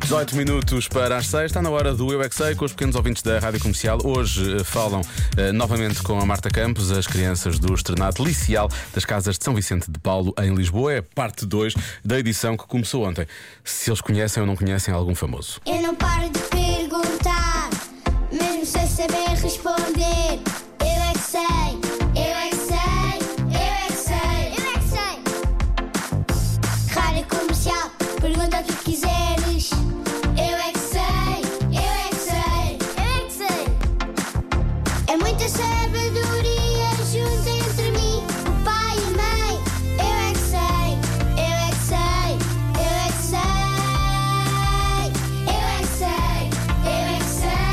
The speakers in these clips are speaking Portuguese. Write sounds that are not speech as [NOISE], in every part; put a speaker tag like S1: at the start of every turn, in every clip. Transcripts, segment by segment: S1: 18 minutos para as 6, está na hora do Eu é que Sei, com os pequenos ouvintes da Rádio Comercial. Hoje eh, falam eh, novamente com a Marta Campos, as crianças do Estrenato Licial das Casas de São Vicente de Paulo, em Lisboa. É parte 2 da edição que começou ontem. Se eles conhecem ou não conhecem algum famoso. [LAUGHS]
S2: Eu não paro de perguntar, mesmo sem saber responder. Eu é que sei, eu é que sei, eu é que sei, eu é que sei. Rádio comercial, pergunta o que quiseres. Eu é que sei, eu é que sei, eu é que sei. É muita sabedoria junto entre mim, o pai e a mãe. Eu é que sei, eu é que sei, eu é que sei. Eu é que sei, eu é que sei,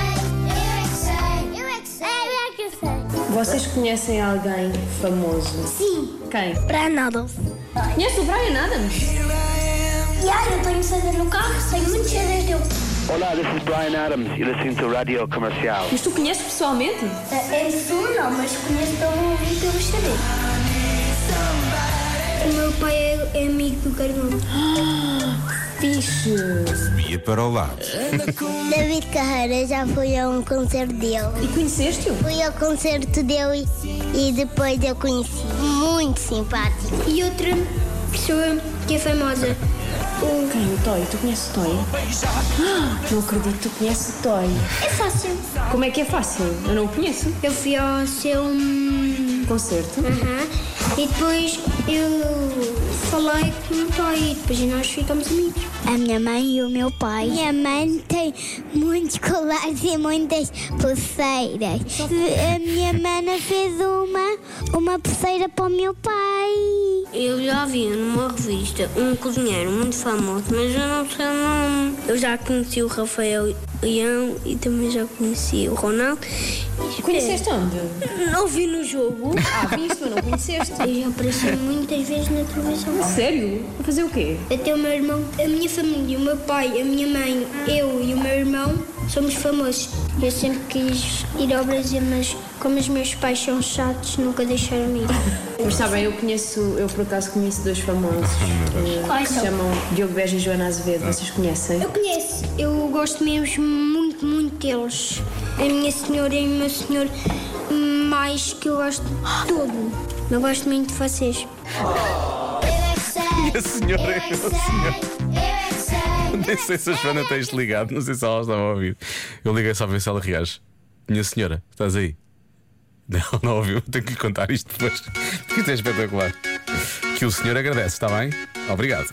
S2: eu é que sei, eu é que sei. Eu é que sei.
S3: Vocês conhecem alguém famoso?
S2: Sim,
S3: Quem?
S2: para nada.
S3: Conhece o Brian Adams?
S2: E aí, eu tenho CD no carro, tenho muitos CDs dele.
S4: Hola, this is Brian Adams. You're listening to Radio Comercial.
S3: Mas tu conheces pessoalmente?
S2: Em som Tá, não, mas conheço pelo ouvir pelo CD. O meu pai é amigo do Carnudo.
S3: Fixe!
S5: Via para o lado.
S2: David Carreira já fui a um concerto dele.
S3: E conheceste-o?
S2: Fui ao concerto dele e, e depois eu conheci. Muito simpático. E outra pessoa que é famosa.
S3: Quem? O Toy? Tu conheces o Toy? Ah, Não acredito que tu conheces o Toy.
S2: É fácil.
S3: Como é que é fácil? Eu não o conheço.
S2: Eu fui ao seu. hum,
S3: Concerto?
S2: É. E depois eu falei com o pai e depois nós ficamos amigos. A minha mãe e o meu pai. Minha mãe tem muitos colares e muitas pulseiras. A minha mana fez uma, uma pulseira para o meu pai.
S6: Eu já vi numa revista um cozinheiro muito famoso, mas eu não sei o nome. Eu já conheci o Rafael Leão e também já conheci o Ronaldo.
S3: Conheceste onde?
S6: Não vi no jogo.
S3: Ah, viste, mas não conheceste.
S2: Eu já apareci muitas vezes na televisão.
S3: Sério? A fazer o quê?
S2: Até o meu irmão, a minha família, o meu pai, a minha mãe, eu e o meu irmão somos famosos. Eu sempre quis ir ao Brasil, mas como os meus pais são chatos, nunca deixaram ir.
S3: Mas sabem, eu conheço, eu por acaso conheço dois famosos eh, que se chamam Diogo Beja e Joana Azevedo. Vocês conhecem?
S2: Eu conheço, eu gosto mesmo muito, muito deles. A minha senhora e o meu senhor, mais que eu gosto de todo. Eu gosto muito de vocês.
S1: Minha senhora [LAUGHS] e meu Nem sei se a Joana tem isto ligado, não sei se ela estava a ouvir. Eu liguei só a ver se ela reage. Minha senhora, estás aí? Não, não ouviu, tenho que lhe contar isto depois. Porque isto é espetacular. Que o senhor agradece, está bem? Obrigado.